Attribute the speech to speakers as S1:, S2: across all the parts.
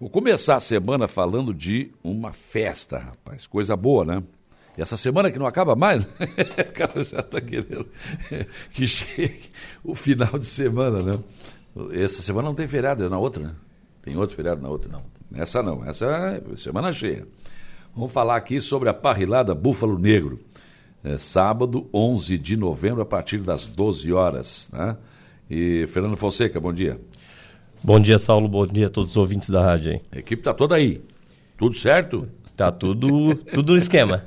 S1: Vou começar a semana falando de uma festa, rapaz. Coisa boa, né? Essa semana que não acaba mais, né? o cara já está querendo que chegue o final de semana, né? Essa semana não tem feriado, é na outra, né? Tem outro feriado na outra? Não. Essa não, essa é semana cheia. Vamos falar aqui sobre a parrilada Búfalo Negro. É sábado, 11 de novembro, a partir das 12 horas. Né? E Fernando Fonseca, bom dia.
S2: Bom dia, Saulo. Bom dia a todos os ouvintes da rádio aí.
S1: A equipe está toda aí. Tudo certo?
S2: Tá tudo, tudo no esquema.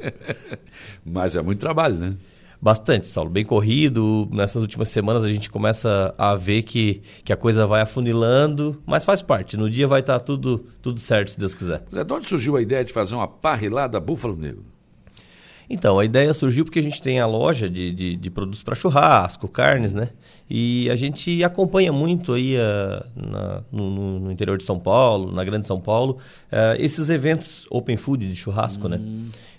S1: Mas é muito trabalho, né?
S2: Bastante, Saulo. Bem corrido. Nessas últimas semanas a gente começa a ver que, que a coisa vai afunilando, mas faz parte. No dia vai estar tudo, tudo certo, se Deus quiser.
S1: Mas é de onde surgiu a ideia de fazer uma parrilada Búfalo Negro?
S2: Então, a ideia surgiu porque a gente tem a loja de, de, de produtos para churrasco, carnes, né? E a gente acompanha muito aí uh, na, no, no, interior de São Paulo, na Grande São Paulo, uh, esses eventos open food de churrasco, hum. né?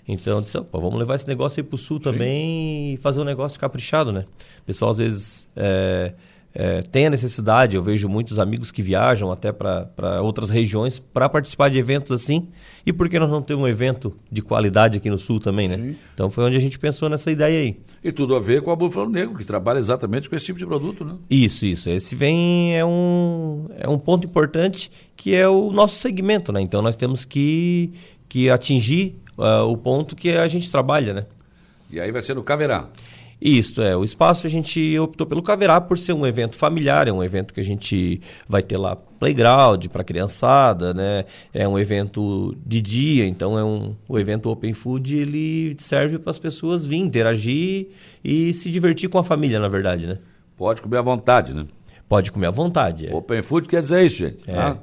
S2: Então, disse, opa, vamos levar esse negócio aí para o sul Sim. também e fazer um negócio caprichado, né? O pessoal às vezes é, é, tem a necessidade, eu vejo muitos amigos que viajam até para outras regiões para participar de eventos assim. E por que nós não temos um evento de qualidade aqui no sul também, né? Sim. Então foi onde a gente pensou nessa ideia aí.
S1: E tudo a ver com a Búfalo Negro, que trabalha exatamente com esse tipo de produto, né?
S2: Isso, isso. Esse vem é um, é um ponto importante que é o nosso segmento, né? Então nós temos que, que atingir Uh, o ponto que a gente trabalha, né?
S1: E aí vai ser no Caverá.
S2: Isso, é. O espaço a gente optou pelo Caverá por ser um evento familiar, é um evento que a gente vai ter lá playground para criançada, né? É um evento de dia, então é um o evento Open Food, ele serve para as pessoas vir interagir e se divertir com a família, na verdade, né?
S1: Pode comer à vontade, né?
S2: Pode comer à vontade.
S1: É. Open Food quer dizer isso, gente. tá?
S2: É. Ah.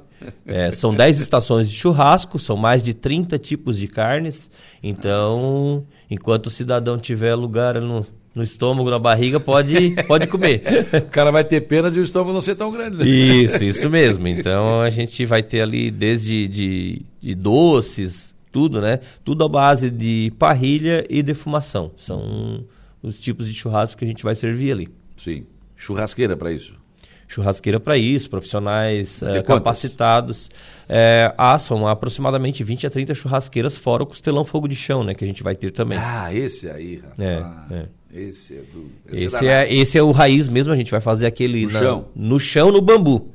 S2: É, são 10 estações de churrasco, são mais de 30 tipos de carnes. Então, Nossa. enquanto o cidadão tiver lugar no, no, estômago, na barriga, pode, pode comer.
S1: o cara vai ter pena de o estômago não ser tão grande. Né?
S2: Isso, isso mesmo. Então, a gente vai ter ali desde de, de doces, tudo, né? Tudo à base de parrilha e defumação. São os tipos de churrasco que a gente vai servir ali.
S1: Sim. Churrasqueira para isso
S2: churrasqueira para isso, profissionais é, capacitados. É, ah, são aproximadamente 20 a 30 churrasqueiras, fora o costelão fogo de chão, né? Que a gente vai ter também.
S1: Ah, esse aí, rapaz.
S2: É, é.
S1: Esse é do.
S2: Esse, esse é, esse é o raiz mesmo, a gente vai fazer aquele.
S1: No na, chão.
S2: No chão, no bambu.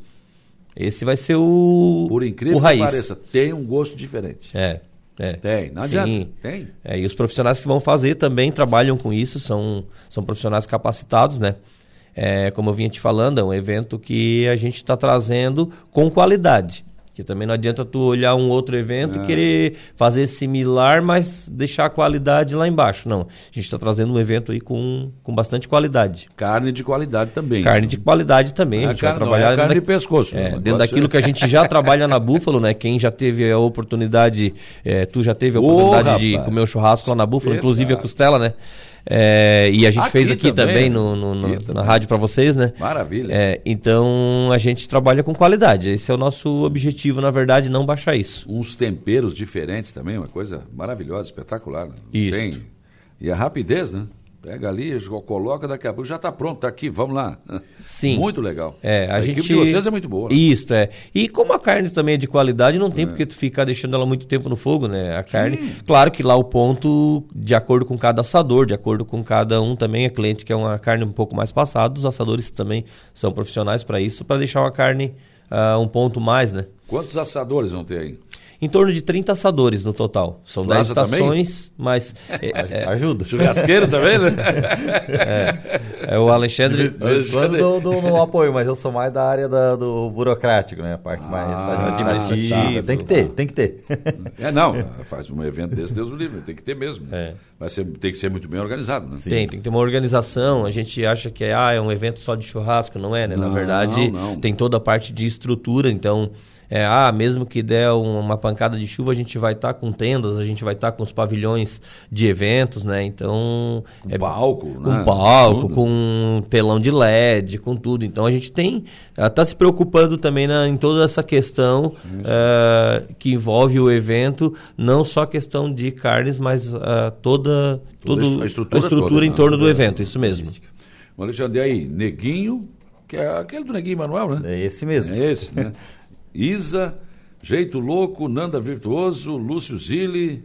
S2: Esse vai ser o.
S1: Por incrível
S2: o raiz.
S1: que pareça, tem um gosto diferente.
S2: É. É.
S1: Tem, não adianta. Sim. Tem.
S2: É, e os profissionais que vão fazer também trabalham com isso, são, são profissionais capacitados, né? É, como eu vinha te falando, é um evento que a gente está trazendo com qualidade. Que também não adianta tu olhar um outro
S1: É.
S2: evento ah. e querer fazer similar, mas deixar a qualidade lá embaixo. Não, a gente está trazendo um evento aí com, com bastante qualidade.
S1: Carne de qualidade também.
S2: Carne de qualidade também.
S1: A, a gente carne, vai trabalhar não, é carne da... de pescoço.
S2: É, dentro daquilo ser. que a gente já trabalha na Búfalo, né? Quem já teve a oportunidade, é, tu já teve a oportunidade oh, de rapaz. comer um churrasco lá na Búfalo, Verdade. inclusive a costela, né? É, e a gente aqui fez aqui também, também no, no, no, aqui na também. rádio para vocês, né?
S1: né? Maravilha.
S2: É, então a gente trabalha com qualidade. Esse é o nosso objetivo, na verdade, não baixar isso.
S1: Uns temperos diferentes também, uma coisa maravilhosa, espetacular. Né?
S2: Isso. Tem.
S1: E a rapidez, né? Pega ali, coloca, daqui a pouco já está pronto, tá aqui, vamos lá.
S2: Sim.
S1: Muito legal.
S2: É, a, a
S1: gente...
S2: equipe de
S1: vocês é muito boa. Né?
S2: Isso, é. E como a carne também é de qualidade, não tem é. porque tu ficar deixando ela muito tempo no fogo, né? A carne, Sim. claro que lá o ponto, de acordo com cada assador, de acordo com cada um também, é cliente que é uma carne um pouco mais passada, os assadores também são profissionais para isso, para deixar uma carne uh, um ponto mais, né?
S1: Quantos assadores vão ter aí?
S2: em torno de 30 assadores no total. São Plaza 10 estações, também? mas.
S1: É, é, ajuda. Churrasqueiro também, né?
S2: é, é o Alexandre.
S3: Alexandre... Eu dou, dou, apoio, mas eu sou mais da área da, do burocrático, né? A parte ah, mais administrativa. Tem que ter, tem que ter.
S1: É, não, faz um evento desse, Deus o livre, tem que ter mesmo. Né? Mas tem que ser muito bem organizado, né?
S2: É. Sim. Tem, tem que ter uma organização. A gente acha que é, ah, é um evento só de churrasco, não é, né? Não, Na verdade, não, não. tem toda a parte de estrutura, então. É, ah, mesmo que der um, uma pancada de chuva, a gente vai estar tá com tendas, a gente vai estar tá com os pavilhões de eventos, né? Então.
S1: Com é, palco,
S2: com né? palco, tudo. com telão de LED, com tudo. Então a gente tem. Está se preocupando também na, em toda essa questão sim, sim. Uh, que envolve o evento, não só a questão de carnes, mas uh, toda, toda tudo, a estrutura, a estrutura toda, em torno né? do evento, isso mesmo.
S1: Bom, Alexandre, aí, Neguinho, que é aquele do Neguinho Manuel, né?
S3: É esse mesmo.
S1: É esse, né? Isa, Jeito Louco, Nanda Virtuoso, Lúcio Zilli,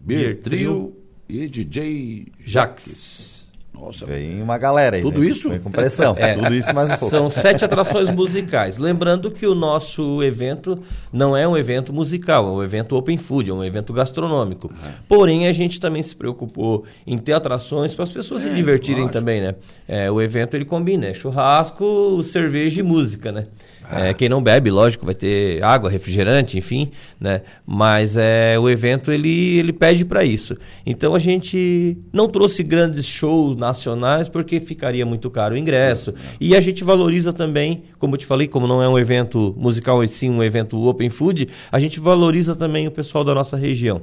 S1: Bertrio e DJ Jaques. Nossa,
S3: Vem uma galera aí.
S1: Tudo
S3: vem-
S1: isso?
S3: Vem com pressão.
S2: É.
S3: Tudo isso mais um pouco.
S2: São sete atrações musicais. Lembrando que o nosso evento não é um evento musical, é um evento open food, é um evento gastronômico. Porém, a gente também se preocupou em ter atrações para as pessoas
S3: É,
S2: se divertirem
S1: lógico.
S2: também, né? É, o evento ele combina, é churrasco, cerveja e música, né?
S3: Ah.
S2: É, quem não bebe, lógico, vai ter água, refrigerante, enfim, né? Mas é, o evento ele, ele pede para isso. Então a gente não trouxe grandes shows nacionais porque ficaria muito caro o ingresso. E a gente valoriza também, como eu te falei, como não é um evento musical e sim um evento open food, a gente valoriza também o pessoal da nossa região.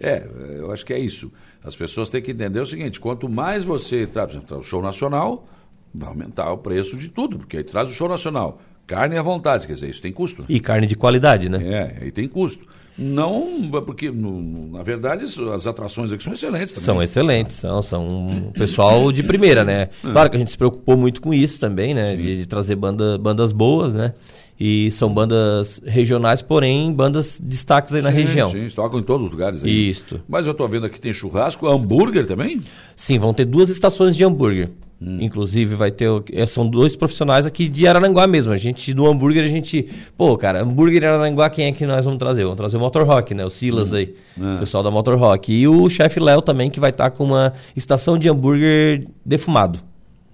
S1: É, eu acho que é isso. As pessoas têm que entender o seguinte: quanto mais você traz por exemplo, o show nacional, vai aumentar o preço de tudo, porque aí traz o show nacional. Carne à vontade, quer dizer, isso tem custo. né?
S2: E carne de qualidade, né?
S1: É, aí tem custo. Não, porque, no- na verdade, isso- as atrações aqui são excelentes também.
S2: São excelentes, são, são um pessoal de primeira, né?
S1: É.
S2: Claro que a gente se preocupou muito com isso também, né? De, de trazer banda, bandas boas, né? E são bandas regionais, porém, bandas destaques aí na
S1: Sim,
S2: região.
S1: Sim, tocam em todos os lugares. Aí.
S2: Isto.
S1: Mas eu estou vendo aqui tem churrasco, hambúrguer também?
S2: Sim, vão ter duas estações de hambúrguer.
S1: Hum.
S2: Inclusive, vai ter. o- é, São dois profissionais aqui de Araranguá mesmo. A gente, no hambúrguer, a gente. Pô, cara, hambúrguer em Araranguá, quem é que nós vamos trazer? Vamos trazer o Motor Rock, né? O
S1: Hum.
S2: Silas aí.
S1: É.
S2: O pessoal da Motor Rock. E o chefe Léo também, que vai estar com uma estação de hambúrguer defumado.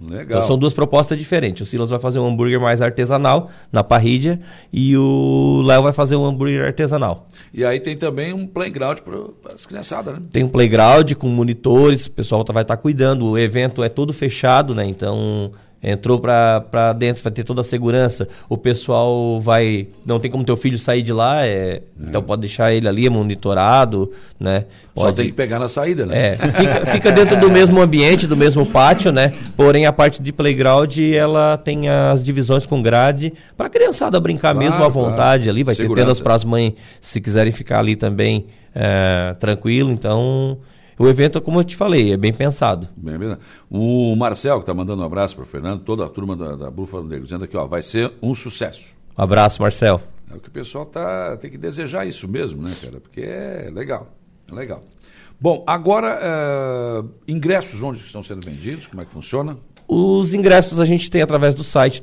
S1: Legal.
S2: Então são duas propostas diferentes. O Silas vai fazer um hambúrguer mais artesanal na parrídia e o Léo vai fazer um hambúrguer artesanal.
S1: E aí tem também um playground para as criançadas, né?
S2: Tem um playground com monitores, o pessoal tá- vai estar cuidando. O evento é todo fechado, né? Então entrou pra, pra dentro, vai ter toda a segurança. O pessoal vai. Não tem como teu filho sair de lá, é- então pode deixar ele ali, é monitorado, né?
S1: Só
S2: Pode-
S1: tem que pegar na saída, né?
S2: É, fica, fica dentro do mesmo ambiente, do mesmo pátio, né? Porém, a parte de playground, ela tem as divisões com grade pra criançada brincar
S1: Claro,
S2: mesmo à
S1: claro.
S2: vontade ali. Vai ter
S1: Segurança.
S2: tendas para as mães, se quiserem ficar ali também é, tranquilo. Então, o evento, como eu te falei, é bem pensado.
S1: Bem, bem. O Marcel, que está mandando um abraço para Fernando, toda a turma da, da Búfalo Negro, dizendo aqui, ó, vai ser um sucesso.
S2: Um abraço, Marcel.
S1: É o que o pessoal tá, tem que desejar isso mesmo, né, cara? Porque é legal, é legal. Bom, agora, eh, ingressos onde estão sendo vendidos, como é que funciona?
S2: Os ingressos a gente tem através do site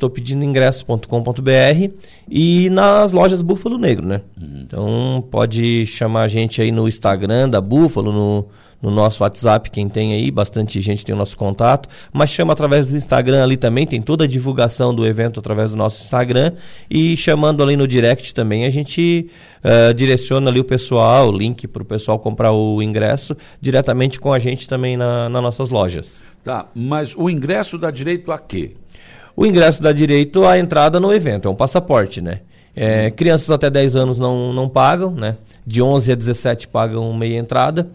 S2: topedindoingressos.com.br e nas lojas Búfalo Negro, né? Então pode chamar a gente aí no Instagram da Búfalo, no, no nosso WhatsApp, quem tem aí, bastante gente tem o nosso contato, mas chama através do Instagram ali também, tem toda a divulgação do evento através do nosso Instagram e chamando ali no direct também a gente ah, direciona ali o pessoal, o link para o pessoal comprar o ingresso diretamente com a gente também na, nas nossas lojas.
S1: Tá, mas o ingresso dá direito a quê?
S2: O ingresso dá direito à entrada no evento, é um passaporte, né? É, crianças até 10 anos não, não pagam, né? De 11 a 17 pagam meia entrada.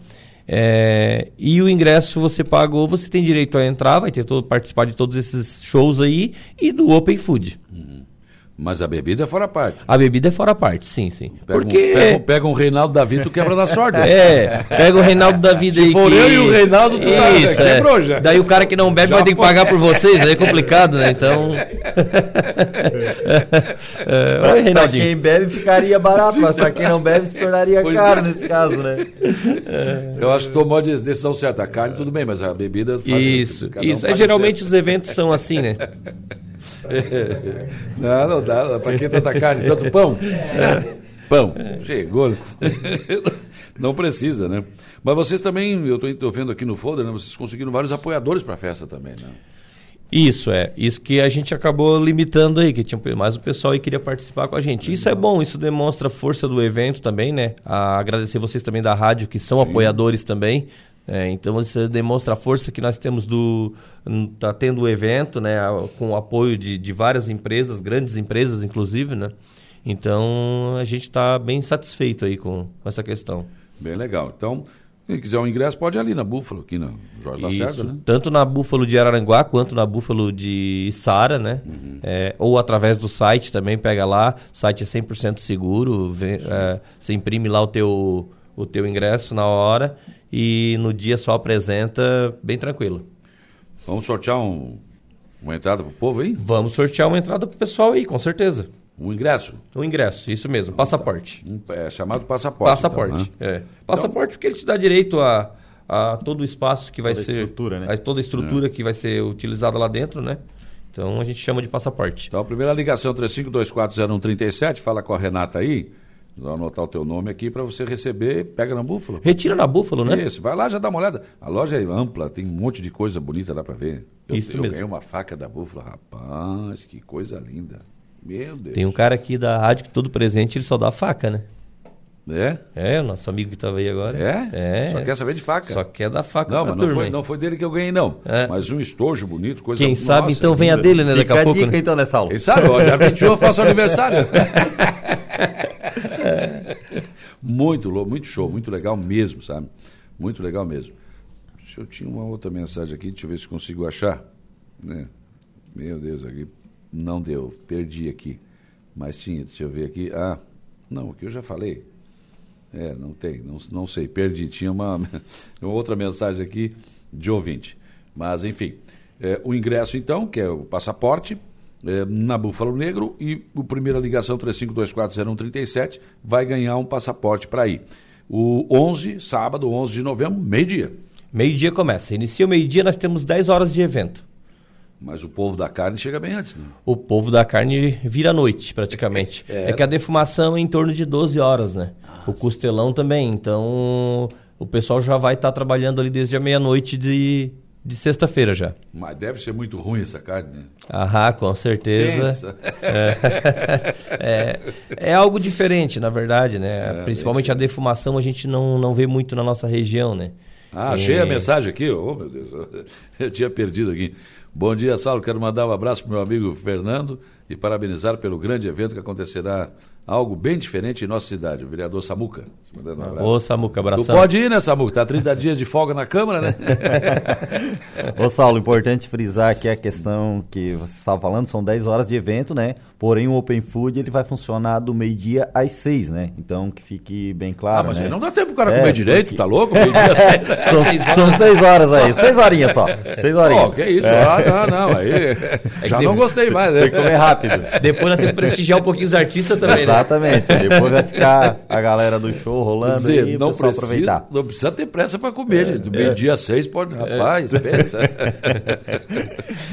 S2: É, e o ingresso você pagou, você tem direito a entrar, vai ter todo, participar de todos esses shows aí e do Open Food.
S1: Mas a bebida é fora parte.
S2: A bebida é fora a parte, sim, sim.
S1: Pega, um,
S2: Porque.
S1: pega, um- pega um Reinaldo Davi, tu quebra na sorda.
S2: É, pega o Reinaldo da vida aí.
S1: for
S2: que-
S1: eu e o Reinaldo, tu tá-
S2: Isso, é.
S1: quebrou já.
S2: Daí o cara que não bebe
S1: Já
S2: vai ter que
S1: foi.
S2: pagar por vocês, aí é complicado, né? Então. É, Oi,
S3: Pra
S2: Reinaldinho.
S3: quem bebe ficaria barato, mas pra quem não bebe se tornaria
S1: Pois
S3: caro
S1: é.
S3: nesse caso, né?
S1: Eu acho que tomou a decisão certa. A carne, tudo bem, mas a bebida... faz-
S2: Isso,
S1: cada um
S2: isso. É,
S1: faz o
S2: geralmente os eventos são assim, né?
S1: Não, não dá. não dá. Pra que tanta carne, tanto pão?
S2: É.
S1: Pão. Chegou. né? Não precisa, né? Mas vocês também, eu estou vendo aqui no folder, né? vocês conseguiram vários apoiadores para a festa também, né?
S2: Isso, é. Isso que a gente acabou limitando aí, que tinha mais o pessoal aí queria participar com a gente. Isso é bom, isso demonstra a força do evento também, né? A- agradecer vocês também da rádio, que são apoiadores também. É, então isso demonstra a força que nós temos do. n- tá tendo o evento, né? a- Com o apoio de, de várias empresas, grandes empresas, inclusive, né? Então a gente está bem satisfeito aí com, com essa questão.
S1: Bem legal. Então, quem quiser um ingresso, pode ir ali na Búfalo, aqui na Jorge Lacerda,
S2: Isso.
S1: né?
S2: Tanto na Búfalo de Araranguá quanto na Búfalo de Sara, né?
S1: Uhum.
S2: É, ou através do site também, pega lá. O site é 100% seguro. vê- é, você imprime lá o teu, o teu ingresso na hora e no dia só apresenta bem tranquilo.
S1: Vamos sortear um- uma entrada pro povo aí?
S2: Vamos sortear uma entrada pro pessoal aí, com certeza.
S1: Um ingresso.
S2: O ingresso, isso mesmo, passaporte.
S1: Um- é chamado passaporte.
S2: Passaporte.
S1: então, né?
S2: é. Passaporte porque ele te dá direito a, a todo o espaço que vai
S3: Toda a
S2: ser.
S3: estrutura, né?
S2: A toda a
S1: É.
S2: estrutura que vai ser utilizada lá dentro, né? Então a gente chama de passaporte.
S1: Então, a primeira ligação 35240137, fala com a Renata aí. Vou anotar o teu nome aqui para você receber, pega na búfala.
S2: Retira na Búfalo, né?
S1: Isso, vai lá já dá uma olhada. A loja é ampla, tem um monte de coisa bonita lá para ver. Eu,
S2: Isso
S1: eu
S2: mesmo.
S1: ganhei uma faca da búfala, rapaz, que coisa linda. Meu Deus.
S2: Tem um cara aqui da rádio que todo presente ele só dá faca, né?
S1: É?
S2: É, o nosso amigo que estava aí agora.
S1: É?
S2: É.
S1: Só quer saber de faca.
S2: Só quer dar faca
S1: Não,
S2: pra
S1: mas não
S2: turma.
S1: foi,
S2: hein?
S1: não foi dele que eu ganhei, não.
S2: É.
S1: Mas um estojo bonito, coisa
S2: Quem sabe
S1: Nossa,
S2: então vem a
S1: linda.
S2: dele, né? Daqui
S3: Fica
S2: a
S3: a
S2: pouco.
S3: dica,
S2: né?
S3: então, nessa aula.
S1: Quem sabe, ó, dia 21 eu faço aniversário. muito louco, muito show, muito legal mesmo, sabe? Muito legal mesmo. Deixa eu tinha uma outra mensagem aqui, deixa eu ver se consigo achar. Né? Meu Deus, aqui não deu, perdi aqui. Mas tinha, deixa eu ver aqui. Ah, não, o que eu já falei. É, não tem, não, não sei, perdi. Tinha uma, uma outra mensagem aqui de ouvinte. Mas, enfim, é, o ingresso, então, que é o passaporte, é, na Búfalo Negro, e o primeira ligação 35240137 vai ganhar um passaporte para ir. O 11, sábado, 11 de novembro, meio-dia.
S2: Meio-dia começa. Inicia o meio-dia, nós temos 10 horas de evento.
S1: Mas o povo da carne chega bem antes, né?
S2: O povo da carne vira à noite, praticamente. É, que a defumação é em torno de 12 horas, né?
S1: Ah,
S2: o costelão também. Então, o pessoal já vai estar trabalhando ali desde a meia-noite de, de sexta-feira já.
S1: Mas deve ser muito ruim essa carne, né?
S2: Aham, com certeza.
S1: Pensa.
S2: É, é algo diferente, na verdade,
S1: É,
S2: né? Principalmente a defumação a gente não, não vê muito na nossa região, né?
S1: Ah, achei a
S2: É.
S1: mensagem aqui. Oh, meu Deus, eu tinha perdido aqui. Bom dia, Saulo. Quero mandar um abraço para meu amigo Fernando e parabenizar pelo grande evento que acontecerá algo bem diferente em nossa cidade. O vereador Samuca. te mandando um abraço.
S2: Ô, Samuca,
S1: Tu
S2: abração.
S1: pode ir, né, Samuca? Tá 30 dias de folga na Câmara, né?
S3: Ô, Saulo, importante frisar aqui a questão que você estava falando, são 10 horas de evento, né? Porém, o Open Food ele vai funcionar do meio-dia às 6, né? Então, que fique bem claro.
S1: ah, mas
S3: né?
S1: aí não dá tempo pro cara
S3: É,
S1: comer direito, tá louco? Meio dia cedo.
S3: São, são 6 horas aí, 6 horinhas só. 6 horinhas.
S1: Pô, que isso? Ah, não, não. Aí, já não
S2: deve-
S1: gostei mais,
S3: É. Tem que
S1: né?
S3: comer rápido.
S2: Depois nós temos que prestigiar um pouquinho os artistas também, né?
S3: Exatamente. Depois vai ficar a galera do show rolando
S1: Dizer,
S3: aí, o
S1: não,
S3: pessoal
S1: precisa,
S3: aproveitar. É,
S1: não precisa ter pressa para comer, gente. Do meio-dia às seis pode. Rapaz, pensa.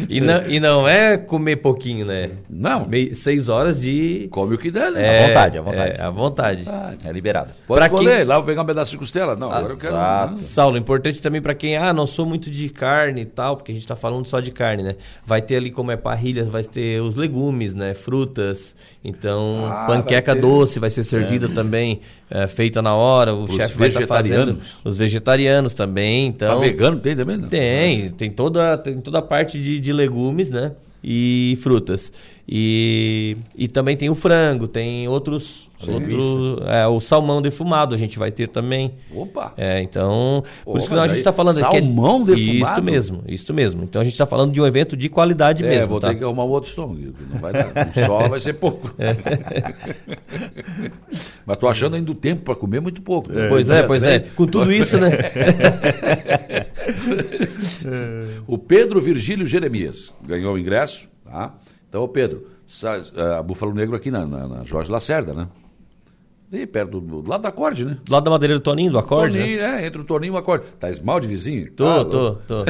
S2: E não, e não é comer pouquinho, né?
S1: Não,
S2: Mei- seis horas de.
S1: come o que der, né?
S2: É,
S3: vontade, à vontade.
S2: É, à vontade.
S3: É liberado.
S1: Pode
S2: Pra
S1: escolher,
S2: quem-
S1: lá eu vou pegar um pedaço de costela. Não, agora eu quero. um, né? Tá
S3: Exato.
S1: não.
S2: Saulo, importante também pra quem, ah, não sou muito de carne e tal, porque a gente tá falando só de carne, né? Vai ter ali como é parrilha, vai ter os legumes, né? Frutas. Então,
S1: Ah,
S2: panqueca
S1: vai ter. É.
S2: doce vai ser servida também, é, feita na hora. O
S1: Os
S2: chefe vai estar fazendo.
S1: vegetarianos.
S2: Os vegetarianos também,
S1: Tá
S2: então.
S1: vegano tem também, não?
S2: Tem, tem toda, tem toda a parte de, de legumes, né? E frutas. E, e também tem o frango, tem outros. outros é, o salmão defumado a gente vai ter também.
S1: Opa!
S2: É, então.
S1: Pô,
S2: Por isso que
S1: mas
S2: a gente
S1: aí,
S2: está falando aqui.
S1: salmão defumado?
S2: Isso mesmo, isso mesmo. Então a gente está falando de um evento de qualidade
S1: É,
S2: mesmo.
S1: vou
S2: tá?
S1: ter que arrumar um outro estômago. que Não vai dar. Um só vai ser pouco.
S2: É.
S1: Mas tô achando ainda o tempo para comer muito pouco. né?
S2: Pois é, pois é.
S1: Assim,
S2: Com tudo isso, né?
S1: O Pedro Virgílio Jeremias ganhou o ingresso, tá? Então, ô Pedro, sa- é, a Búfalo Negro aqui na, na- na Jorge Lacerda, né? E perto do, do lado da corda, né?
S2: Do lado da madeira do Toninho, do acorde. né?
S1: Torninho, é, entre o Toninho e o acorde. Tá esmal de vizinho?
S2: Tô,
S1: Tá,
S2: tô, tô.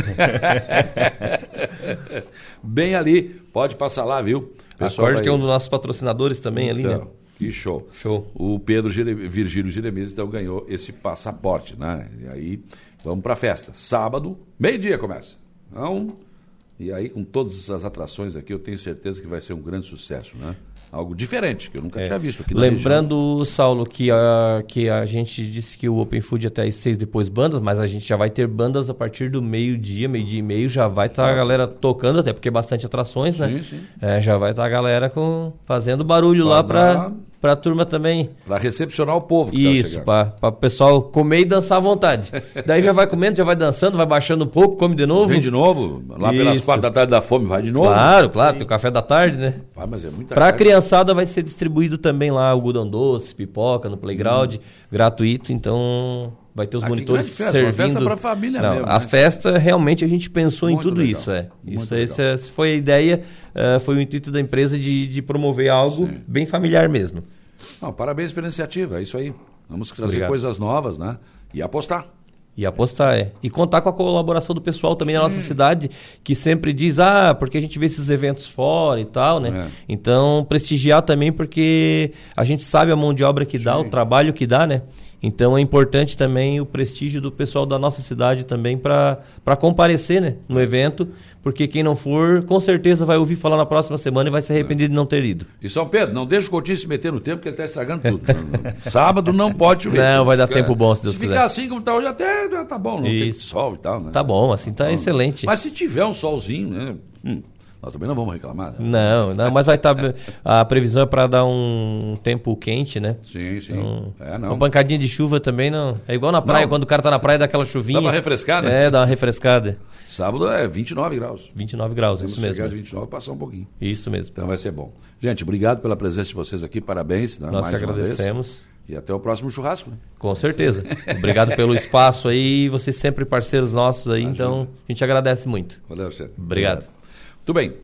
S1: Bem ali, pode passar lá, viu?
S2: Acorde
S1: vai-
S2: que é um dos nossos patrocinadores também ali, né?
S1: Então, que show.
S2: Show.
S1: O Pedro Gire... Virgílio Giremes, então, ganhou esse passaporte, né? E aí, vamos pra festa. Sábado, meio-dia começa. Então, e aí, com todas essas atrações aqui, eu tenho certeza que vai ser um grande sucesso, né? Algo diferente, que eu nunca tinha visto aqui na
S2: É. Lembrando, Saulo, que a, que a gente disse que o Open Food até às seis depois bandas, mas a gente já vai ter bandas a partir do meio-dia, meio-dia e meio, já vai estar a galera tocando, até porque é bastante atrações, né?
S1: Sim, sim.
S2: É, já vai estar a galera com, fazendo barulho lá
S1: Faz
S2: pra,
S1: lá.
S2: pra turma também.
S1: região. Para recepcionar o povo que
S2: Isso,
S1: tá chegando.
S2: pra, pra pessoal comer e dançar à vontade. Daí já vai comendo, já vai dançando, vai baixando um pouco, come de novo.
S1: Vem de novo, lá pelas
S2: Isso.
S1: quatro da tarde da fome, vai de novo.
S2: Claro, claro, tem o café da tarde, né?
S1: Vai, mas é muita
S2: Para a
S1: carne.
S2: criançada vai ser distribuído também lá algodão doce, pipoca no playground, gratuito, então vai ter os
S1: Uhum. Ah, que
S2: monitores
S1: grande festa, uma
S2: servindo.
S1: festa pra família
S2: Não,
S1: mesmo,
S2: A
S1: né?
S2: festa realmente a gente pensou em
S1: Muito
S2: tudo
S1: legal,
S2: isso, é.
S1: muito
S2: Isso,
S1: legal.
S2: esse, é- esse foi a ideia, eh, foi o intuito da empresa de, de promover algo bem familiar mesmo.
S1: Não, parabéns pela iniciativa, é isso aí. Vamos trazer
S2: Obrigado.
S1: coisas novas, né? E apostar.
S2: E apostar, é. E contar com a colaboração do pessoal também da nossa cidade, que sempre diz, ah, porque a gente vê esses eventos fora e tal, né?
S1: É.
S2: Então, prestigiar também, porque a gente sabe a mão de obra que dá, o trabalho que dá, né? Então, é importante também o prestígio do pessoal da nossa cidade também para comparecer, né? No evento, porque quem não for, com certeza vai ouvir falar na próxima semana e vai se arrepender de não ter ido.
S1: E São Pedro, não deixa o Coutinho se meter no tempo, que ele está estragando tudo. Sábado não pode chover. É,
S2: Não, vai dar tempo bom, se Deus
S1: se
S2: quiser.
S1: ficar assim como está hoje, até já tá bom, não tem
S2: Isso.
S1: sol e tal, né?
S2: Tá bom, assim, tá excelente.
S1: Mas se tiver um solzinho, né? hum, nós também não vamos reclamar. né?
S2: Não, não, mas vai estar. a previsão é para dar um tempo quente, né?
S1: Sim, sim. é, não.
S2: Uma pancadinha de chuva também não. É igual na praia,
S1: Não.
S2: quando o cara tá na praia dá aquela chuvinha.
S1: Dá pra refrescar, né?
S2: É, dá uma refrescada.
S1: Sábado é 29 graus.
S2: 29 graus,
S1: Vamos
S2: isso
S1: chegar
S2: mesmo.
S1: de 29 e passar um pouquinho.
S2: Isso mesmo.
S1: Então vai ser bom. Gente, obrigado pela presença de vocês aqui, parabéns. Né?
S2: Nós
S1: mais
S2: que
S1: uma vez.
S2: agradecemos.
S1: E até o próximo churrasco. né?
S2: Com certeza. Obrigado pelo espaço aí, vocês sempre parceiros nossos aí, então a gente agradece muito.
S1: Valeu, Alexandre.
S2: Obrigado.
S1: Tudo bem.